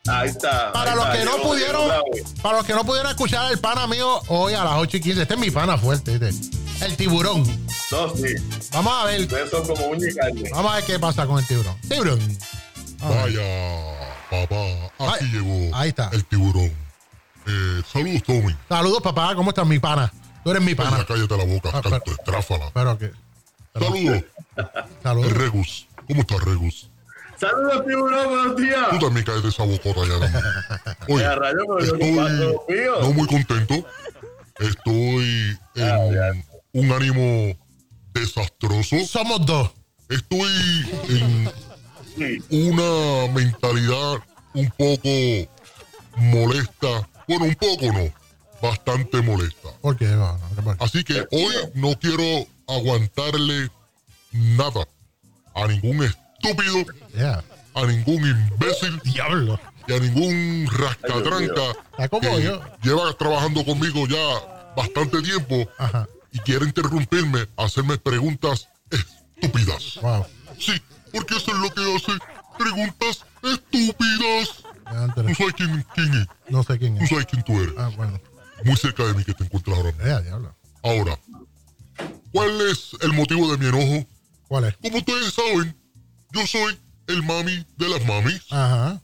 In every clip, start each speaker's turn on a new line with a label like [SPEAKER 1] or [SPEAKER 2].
[SPEAKER 1] está, ahí está.
[SPEAKER 2] Para
[SPEAKER 1] ahí
[SPEAKER 2] los
[SPEAKER 1] está,
[SPEAKER 2] que no
[SPEAKER 1] llegó,
[SPEAKER 2] pudieron,
[SPEAKER 1] llegó Bravo.
[SPEAKER 2] para los que no pudieron escuchar al pana mío hoy a las 8 y 15, este es mi pana fuerte, este. el tiburón.
[SPEAKER 1] No, sí.
[SPEAKER 2] Vamos a ver,
[SPEAKER 1] Ustedes son como uña y carne.
[SPEAKER 2] vamos a ver qué pasa con el tiburón. Tiburón.
[SPEAKER 3] Vaya, papá, aquí
[SPEAKER 2] Ay,
[SPEAKER 3] llegó
[SPEAKER 2] ahí está.
[SPEAKER 3] el tiburón. Eh, saludos, Tommy.
[SPEAKER 2] Saludos, papá, ¿cómo estás, mi pana? Tú eres mi
[SPEAKER 3] Ya
[SPEAKER 2] pana.
[SPEAKER 3] cállate la boca,
[SPEAKER 2] Ah,
[SPEAKER 3] canto, estráfala.
[SPEAKER 2] Pero que. pero-
[SPEAKER 3] Saludos, el
[SPEAKER 2] Saludos.
[SPEAKER 3] Regus. ¿Cómo estás, Regus?
[SPEAKER 1] Saludos, tiburón, buenos días.
[SPEAKER 3] Tú también cállate esa bocota ya también.
[SPEAKER 1] Ya, rayo, pero yo
[SPEAKER 3] Oye,
[SPEAKER 1] comparto
[SPEAKER 3] estoy
[SPEAKER 1] los míos.
[SPEAKER 3] no muy contento. Estoy
[SPEAKER 1] Ah,
[SPEAKER 3] en un ánimo desastroso.
[SPEAKER 2] Somos dos.
[SPEAKER 3] Estoy en
[SPEAKER 1] Sí.
[SPEAKER 3] una mentalidad un poco molesta. Bueno, un poco no. Bastante molesta.
[SPEAKER 2] ¿Por qué? No, no, no,
[SPEAKER 3] Así que hoy no quiero aguantarle nada a ningún estúpido,
[SPEAKER 2] yeah.
[SPEAKER 3] a ningún imbécil
[SPEAKER 2] Diablo.
[SPEAKER 3] y a ningún rascatranca
[SPEAKER 2] Está como
[SPEAKER 3] que
[SPEAKER 2] yo.
[SPEAKER 3] lleva trabajando conmigo ya bastante tiempo
[SPEAKER 2] Ajá.
[SPEAKER 3] y quiere interrumpirme, hacerme preguntas estúpidas.
[SPEAKER 2] Wow.
[SPEAKER 3] Sí, porque eso es lo que hace. Preguntas estúpidas.
[SPEAKER 2] Ya
[SPEAKER 3] Tú
[SPEAKER 2] antes-
[SPEAKER 3] sabes quién, quién es.
[SPEAKER 2] No sé quién
[SPEAKER 3] Tú
[SPEAKER 2] es.
[SPEAKER 3] sabes quién tú eres.
[SPEAKER 2] Ah, bueno.
[SPEAKER 3] Muy cerca de mí que te encuentras ahora mismo.
[SPEAKER 2] Yeah, diablo.
[SPEAKER 3] Ahora, ¿cuál es el motivo de mi enojo?
[SPEAKER 2] ¿Cuál es?
[SPEAKER 3] Como ustedes saben, yo soy el mami de las mamis,
[SPEAKER 2] Ajá.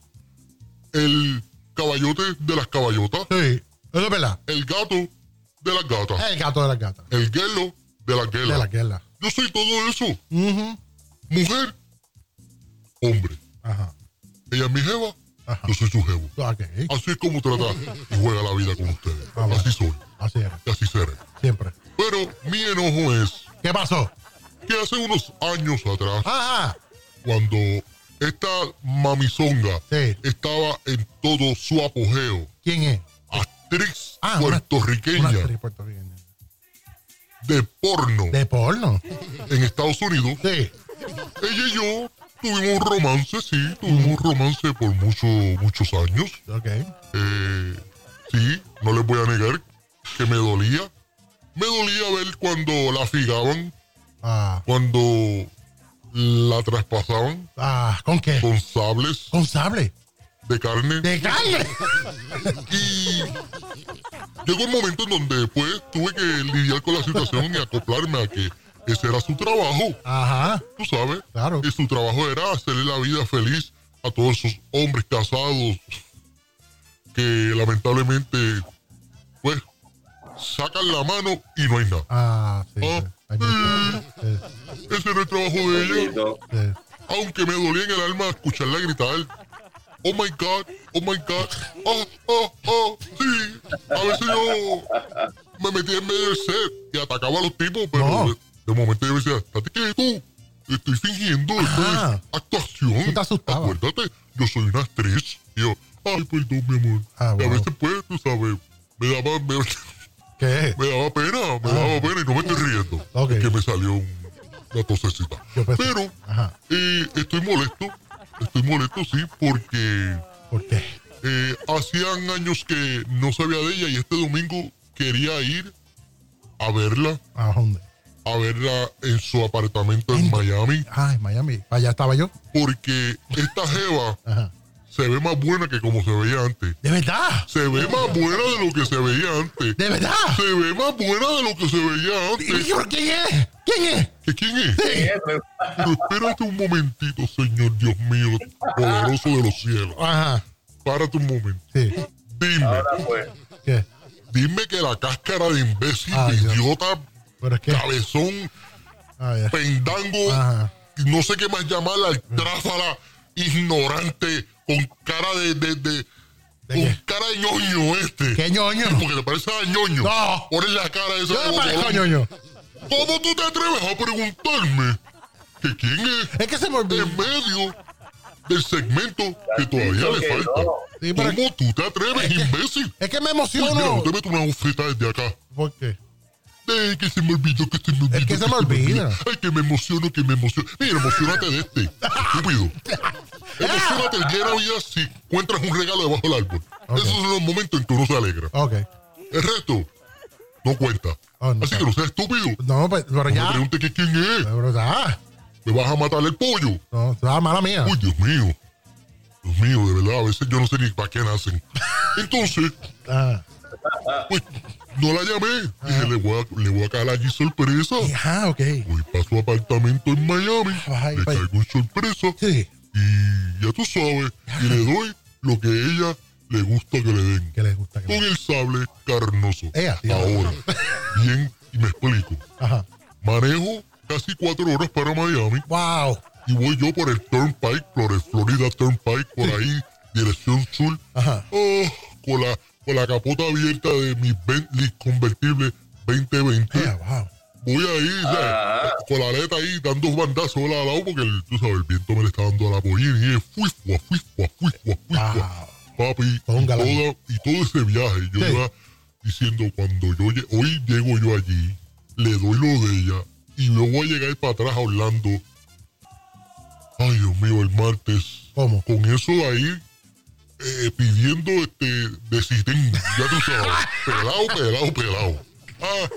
[SPEAKER 3] el caballote de las caballotas,
[SPEAKER 2] Sí. Eso es verdad.
[SPEAKER 3] el gato de las gatas,
[SPEAKER 2] El gato de las gatas.
[SPEAKER 3] el guelo de las
[SPEAKER 2] De la
[SPEAKER 3] guelas.
[SPEAKER 2] guerra.
[SPEAKER 3] Yo soy todo eso.
[SPEAKER 2] Ujú.
[SPEAKER 3] Mujer, hombre.
[SPEAKER 2] Ajá.
[SPEAKER 3] Ella es mi jeva,
[SPEAKER 2] Ajá.
[SPEAKER 3] yo soy su jevo.
[SPEAKER 2] Ok.
[SPEAKER 3] Así es como trata y juega la vida con ustedes.
[SPEAKER 2] Vamos.
[SPEAKER 3] Así soy,
[SPEAKER 2] Así era.
[SPEAKER 3] y así seré.
[SPEAKER 2] Siempre.
[SPEAKER 3] Pero mi enojo es
[SPEAKER 2] ¿Qué pasó? Ah,
[SPEAKER 3] que hace unos años atrás
[SPEAKER 2] Ajá.
[SPEAKER 3] cuando esta mamizonga
[SPEAKER 2] Sí.
[SPEAKER 3] estaba en todo su apogeo.
[SPEAKER 2] ¿Quién es?
[SPEAKER 3] Actriz
[SPEAKER 2] Ah, una- Una
[SPEAKER 3] puertorriqueña
[SPEAKER 2] actriz puertorriqueña.
[SPEAKER 3] de porno
[SPEAKER 2] De porno.
[SPEAKER 3] en Estados Unidos.
[SPEAKER 2] Sí.
[SPEAKER 3] Ella y yo tuvimos un romance, sí, tuvimos un romance por muchos, muchos años.
[SPEAKER 2] Ok.
[SPEAKER 3] Eh, sí, no les voy a negar que me dolía. Me dolía ver cuando la figaban,
[SPEAKER 2] Ah.
[SPEAKER 3] cuando la traspasaban
[SPEAKER 2] Ah. ¿Con qué?
[SPEAKER 3] con sables
[SPEAKER 2] Con sable.
[SPEAKER 3] de carne.
[SPEAKER 2] De carne.
[SPEAKER 3] Y llegó el momento en donde pues tuve que lidiar con la situación y acoplarme a que ese era su trabajo,
[SPEAKER 2] Ajá.
[SPEAKER 3] tú sabes.
[SPEAKER 2] Claro.
[SPEAKER 3] Y su trabajo era hacerle la vida feliz a todos esos hombres casados que lamentablemente pues sacan la mano y no hay nada.
[SPEAKER 2] Ah. Sí. sí. Ay, Este, sí,
[SPEAKER 3] Ese era el trabajo de ella,
[SPEAKER 1] Bonito.
[SPEAKER 2] sí.
[SPEAKER 3] aunque me dolía en el alma escucharla gritar. Oh my God, oh my God, oh, oh, oh, sí. A veces yo me metía en medio del set y atacaba a los tipos, pero
[SPEAKER 2] No.
[SPEAKER 3] de, de momento yo decía, estate quieto, estoy fingiendo, esto
[SPEAKER 2] Ajá.
[SPEAKER 3] es actuación.
[SPEAKER 2] Tú te asustabas.
[SPEAKER 3] Acuérdate, yo soy una actriz. Y yo, ay, perdón, mi amor.
[SPEAKER 2] Ah,
[SPEAKER 3] Y a
[SPEAKER 2] wow.
[SPEAKER 3] veces, pues, tú sabes, me daba, me,
[SPEAKER 2] ¿Qué es?
[SPEAKER 3] me daba pena, me daba pena y no me estoy riendo.
[SPEAKER 2] Ah. Ok.
[SPEAKER 3] Es que me salió un- una tosecita.
[SPEAKER 2] Yo pensé-
[SPEAKER 3] Pero
[SPEAKER 2] Ajá.
[SPEAKER 3] eh, estoy molesto, estoy molesto, sí, porque
[SPEAKER 2] ¿Por qué?
[SPEAKER 3] eh, hacían años que no sabía de ella y este domingo quería ir a verla,
[SPEAKER 2] ¿A dónde?
[SPEAKER 3] a verla en su apartamento en
[SPEAKER 2] ¿En-
[SPEAKER 3] Miami,
[SPEAKER 2] Ah, en Miami. Para allá estaba yo.
[SPEAKER 3] porque esta jeva
[SPEAKER 2] Ajá.
[SPEAKER 3] se ve más buena que como se veía antes.
[SPEAKER 2] De verdad.
[SPEAKER 3] Se ve más buena de lo que se veía antes.
[SPEAKER 2] De verdad.
[SPEAKER 3] Se ve más buena de lo que se veía antes.
[SPEAKER 2] ¿Pero quién es? ¿Quién es?
[SPEAKER 3] ¿Que ¿Quién es?
[SPEAKER 2] Sí.
[SPEAKER 1] pues,
[SPEAKER 3] Pero espérate un momentito, Señor Dios mío, poderoso de los cielos.
[SPEAKER 2] Ajá.
[SPEAKER 3] Párate un momento.
[SPEAKER 2] Sí.
[SPEAKER 3] Dime.
[SPEAKER 1] Ahora pues.
[SPEAKER 2] ¿Qué?
[SPEAKER 3] Dime que la cáscara de imbécil,
[SPEAKER 2] Ay, Dios.
[SPEAKER 3] idiota,
[SPEAKER 2] Pero es que.
[SPEAKER 3] cabezón,
[SPEAKER 2] Ah, ya.
[SPEAKER 3] pendango,
[SPEAKER 2] Ajá.
[SPEAKER 3] no sé qué más llamarla, tráfala, ignorante, con cara de. de, de-
[SPEAKER 2] ¿De
[SPEAKER 3] con
[SPEAKER 2] qué?
[SPEAKER 3] cara de ñoño este.
[SPEAKER 2] ¿Qué ñoño?
[SPEAKER 3] Sí, porque te parece a ñoño.
[SPEAKER 2] No.
[SPEAKER 3] Por la cara esa.
[SPEAKER 2] Yo
[SPEAKER 3] de
[SPEAKER 2] me parezco
[SPEAKER 3] bobolón.
[SPEAKER 2] ñoño.
[SPEAKER 3] ¿Cómo tú te atreves a preguntarme que quién es
[SPEAKER 2] Es que se me olvidó.
[SPEAKER 3] en medio del segmento que todavía
[SPEAKER 1] dicho
[SPEAKER 3] le
[SPEAKER 1] que
[SPEAKER 3] falta?
[SPEAKER 1] no.
[SPEAKER 2] Sí, pero-
[SPEAKER 3] ¿Cómo tú te atreves, imbécil?
[SPEAKER 2] Es que me
[SPEAKER 3] Uy, mira,
[SPEAKER 2] emociono.
[SPEAKER 3] te meto una bofeta desde acá.
[SPEAKER 2] ¿Por qué?
[SPEAKER 3] Ay, que se me olvidó, que se me olvidó.
[SPEAKER 2] que se me olvida.
[SPEAKER 3] Ay, que me emociono, que me emociono. Mira, emocionate de este, estúpido. Emocionate el día de Navidad si encuentras un regalo debajo del árbol.
[SPEAKER 2] Ok.
[SPEAKER 3] Esos son los momentos en que uno se alegra.
[SPEAKER 2] Ah. Ok.
[SPEAKER 3] El resto no cuenta.
[SPEAKER 2] Oh, no.
[SPEAKER 3] Así que no seas estúpido. No
[SPEAKER 2] No, pues, pero
[SPEAKER 3] me
[SPEAKER 2] ya.
[SPEAKER 3] preguntes que quién es.
[SPEAKER 2] Pero ya.
[SPEAKER 3] Me vas a matar el pollo.
[SPEAKER 2] No, ah, mala mía.
[SPEAKER 3] Uy, Dios mío. Dios mío, de verdad, a veces yo no sé ni para qué nacen. Entonces,
[SPEAKER 2] Ah,
[SPEAKER 3] pues no la llamé. Dije, le voy a, le voy a caer allí sorpresa.
[SPEAKER 2] y- ah, ok.
[SPEAKER 3] Voy para su apartamento en Miami.
[SPEAKER 2] Ay,
[SPEAKER 3] le
[SPEAKER 2] pues.
[SPEAKER 3] traigo un sorpresa.
[SPEAKER 2] Sí,
[SPEAKER 3] Y ya tú sabes, y le doy lo que ella le gusta que le den.
[SPEAKER 2] que les gusta que
[SPEAKER 3] Con el sable carnoso.
[SPEAKER 2] Ea, tío.
[SPEAKER 3] Ahora, bien, y me explico.
[SPEAKER 2] Ajá.
[SPEAKER 3] Manejo casi cuatro horas para Miami
[SPEAKER 2] Wow.
[SPEAKER 3] y voy yo por el Turnpike, Flor- Florida Turnpike, por ahí, dirección sur.
[SPEAKER 2] Ajá.
[SPEAKER 3] Oh, con, la, con la capota abierta de mi Bentley convertible 2020.
[SPEAKER 2] Ea, wow.
[SPEAKER 3] Voy ahí, ¿sabes?
[SPEAKER 1] Ah.
[SPEAKER 3] con la aleta ahí, dando bandazos al lado, porque el, tú sabes, el viento me le está dando a la pollina y es fuifua, fuifua, fuifua, fuifua.
[SPEAKER 2] Wow.
[SPEAKER 3] Papi,
[SPEAKER 2] Todo Ah, un
[SPEAKER 3] y,
[SPEAKER 2] galán.
[SPEAKER 3] toda- y todo ese viaje, yo
[SPEAKER 2] Sí.
[SPEAKER 3] iba diciendo, cuando yo lle- hoy llego yo allí, le doy lo de ella, y yo voy a llegar para atrás a Orlando. Ay, Dios mío, el martes,
[SPEAKER 2] ¿Cómo?
[SPEAKER 3] con eso de ahí, eh, pidiendo este de Citín, ya tú sabes, pelado, pelado, pelado. Ah,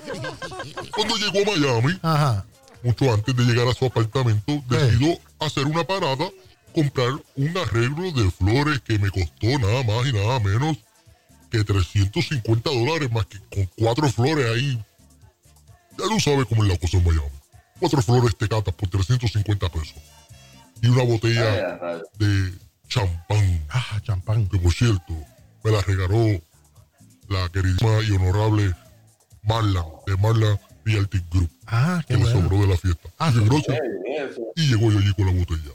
[SPEAKER 3] cuando llegó a Miami,
[SPEAKER 2] Ajá.
[SPEAKER 3] mucho antes de llegar a su apartamento, decidió hacer una parada, comprar un arreglo de flores que me costó nada más y nada menos que 350 dólares, más que con cuatro flores ahí. Ya no sabe cómo es la cosa en Miami. Cuatro flores tecatas por 350 pesos. Y una
[SPEAKER 1] Ay,
[SPEAKER 3] botella
[SPEAKER 1] a rayos.
[SPEAKER 3] de champán,
[SPEAKER 2] Ah, champán.
[SPEAKER 3] que por cierto, me la regaló la queridísima y honorable Marla, de Marla Realty Group
[SPEAKER 2] Ah, qué
[SPEAKER 3] que me
[SPEAKER 2] bueno.
[SPEAKER 3] sobró de la fiesta.
[SPEAKER 2] Ah,
[SPEAKER 3] Y llegó-
[SPEAKER 1] Qué bien, eso.
[SPEAKER 3] y llegó yo allí con la botella.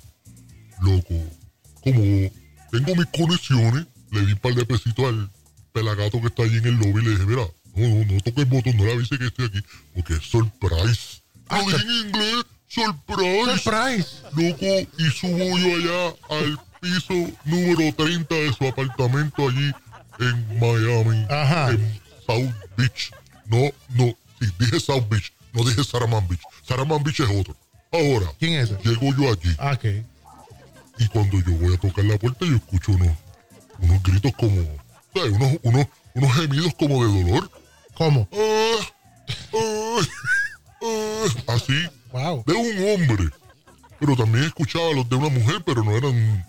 [SPEAKER 3] Loco, como tengo mis conexiones, le di un par de pesitos al pelagato que está allí en el lobby y le dije, mira, no, no, no toques el botón, no le avise que estoy aquí, porque es surprise.
[SPEAKER 2] Ah,
[SPEAKER 3] Lo dije en inglés, surprise.
[SPEAKER 2] Surprise.
[SPEAKER 3] Loco, y subo yo allá al piso número 30 de su apartamento allí en Miami,
[SPEAKER 2] Ajá.
[SPEAKER 3] en South Beach. No, no, sí, dije South Beach, no dije Saraman Beach. Saraman Beach es otro. Ahora,
[SPEAKER 2] ¿Quién es ese?
[SPEAKER 3] llego yo allí
[SPEAKER 2] Ah, ok.
[SPEAKER 3] y cuando yo voy a tocar la puerta yo escucho unos, unos gritos como, ¿sabes? Unos, unos, unos gemidos como de dolor.
[SPEAKER 2] ¿Cómo?
[SPEAKER 3] Ah, ah, ah, así
[SPEAKER 2] Wow.
[SPEAKER 3] de un hombre. Pero también escuchaba los de una mujer, pero no eran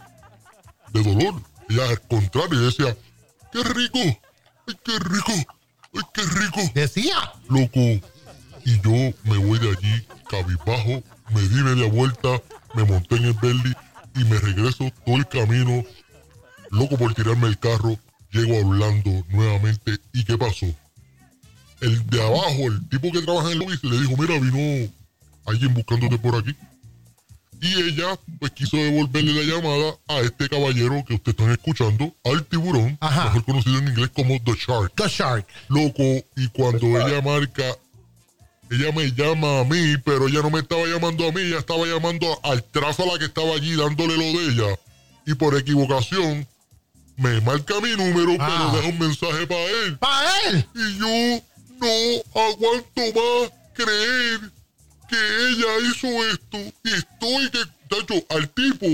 [SPEAKER 3] de dolor. Ella al contrario decía, ¡qué rico! ¡Ay, qué rico! ¡Ay, qué rico!
[SPEAKER 2] Decía.
[SPEAKER 3] Loco. Y yo me voy de allí, cabizbajo, me di media vuelta, me monté en el Bentley y me regreso todo el camino, loco por tirarme el carro, llego a Orlando nuevamente. ¿Y qué pasó? El de abajo, el tipo que trabaja en el lobby, le dijo, mira, vino alguien buscándote por aquí. Y ella, pues, quiso devolverle la llamada a este caballero que ustedes están escuchando, al tiburón,
[SPEAKER 2] Ajá.
[SPEAKER 3] mejor conocido en inglés como The Shark
[SPEAKER 2] The Shark.
[SPEAKER 3] loco, y cuando ella marca, ella me llama a mí, pero ella no me estaba llamando a mí, ella estaba llamando al tráfala que estaba allí dándole lo de ella. Y por equivocación, me marca mi número,
[SPEAKER 2] Ah.
[SPEAKER 3] pero deja un mensaje para él.
[SPEAKER 2] ¡Para él!
[SPEAKER 3] Y yo no aguanto más creer que ella hizo esto. Y estoy que, chacho, al tipo.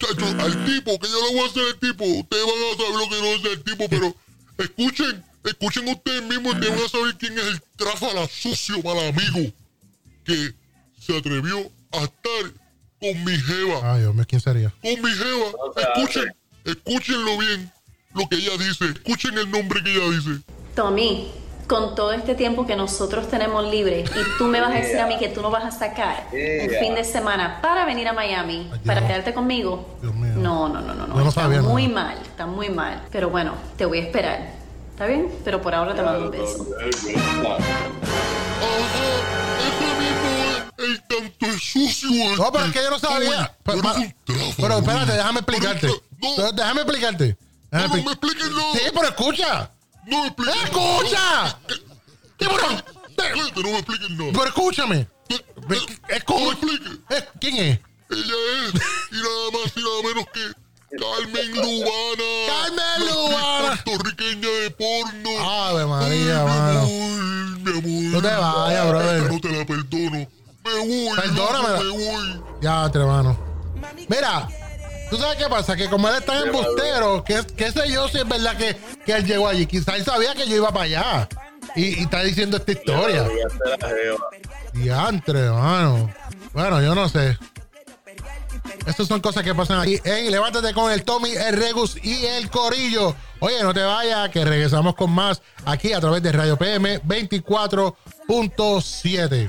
[SPEAKER 3] Chacho, al tipo, que yo le voy a hacer al tipo. Ustedes van a saber lo que no es el tipo, pero escuchen, escuchen ustedes mismos, ustedes van a saber quién es el tráfala sucio mal amigo que se atrevió a estar con mi jeva
[SPEAKER 2] Ay, Dios mío, ¿quién sería?
[SPEAKER 3] con mi jeva.
[SPEAKER 1] No se
[SPEAKER 3] Escuchen, escúchenlo bien lo que ella dice. Escuchen el nombre que ella dice.
[SPEAKER 4] Tommy, con todo este tiempo que nosotros tenemos libre y tú me vas a decir a mí que tú no vas a sacar un
[SPEAKER 1] Yeah.
[SPEAKER 4] fin de semana para venir a Miami,
[SPEAKER 2] Ay, Dios.
[SPEAKER 4] para quedarte conmigo.
[SPEAKER 2] Dios mío.
[SPEAKER 4] No, no, no, no, no.
[SPEAKER 2] Yo no
[SPEAKER 4] está
[SPEAKER 2] sabía nada.
[SPEAKER 4] muy mal, está muy mal. Pero bueno, te voy a esperar. ¿Está bien? Pero por ahora te mando un beso.
[SPEAKER 3] Ajá, eso mismo es. El canto es sucio.
[SPEAKER 2] No, pero es que yo no sabía.
[SPEAKER 3] Pero,
[SPEAKER 2] Pero, pero espérate, déjame explicarte.
[SPEAKER 3] No,
[SPEAKER 2] Pero Déjame explicarte.
[SPEAKER 3] no,
[SPEAKER 2] Déjame
[SPEAKER 3] no me
[SPEAKER 2] expli-
[SPEAKER 3] expliquen, no.
[SPEAKER 2] Sí, pero escucha.
[SPEAKER 3] No me expliquen. nada.
[SPEAKER 2] ¡Escucha! ¡Tiburón!
[SPEAKER 3] Cállate, No me expliquen nada.
[SPEAKER 2] Pero escúchame.
[SPEAKER 3] No,
[SPEAKER 2] Ve- Escucha.
[SPEAKER 3] No me expliquen.
[SPEAKER 2] Eh, ¿Quién es?
[SPEAKER 3] Ella es, y nada más y nada menos que Carmen Lubana.
[SPEAKER 2] Carmen
[SPEAKER 3] La actriz
[SPEAKER 2] Lubana.
[SPEAKER 3] Puertorriqueña de porno.
[SPEAKER 2] Ave María,
[SPEAKER 3] Ay,
[SPEAKER 2] mano.
[SPEAKER 3] Mi amor, mi amor.
[SPEAKER 2] No te vayas, brother.
[SPEAKER 3] Esta No te la perdono. Me voy.
[SPEAKER 2] Perdónamela.
[SPEAKER 3] loco, Me voy.
[SPEAKER 2] Ya, te, hermano. Mira, ¿tú sabes qué pasa? Que como él es tan embustero, qué, qué sé yo si es verdad que, que él llegó allí. Quizás él sabía que yo iba para allá. Y, y está diciendo esta historia. Diantre, hermano. Bueno, yo no sé. Estas son cosas que pasan aquí en Levántate con el Tommy, el Regus y el Corillo. Oye, no te vayas, que regresamos con más aquí a través de Radio PM 24.7.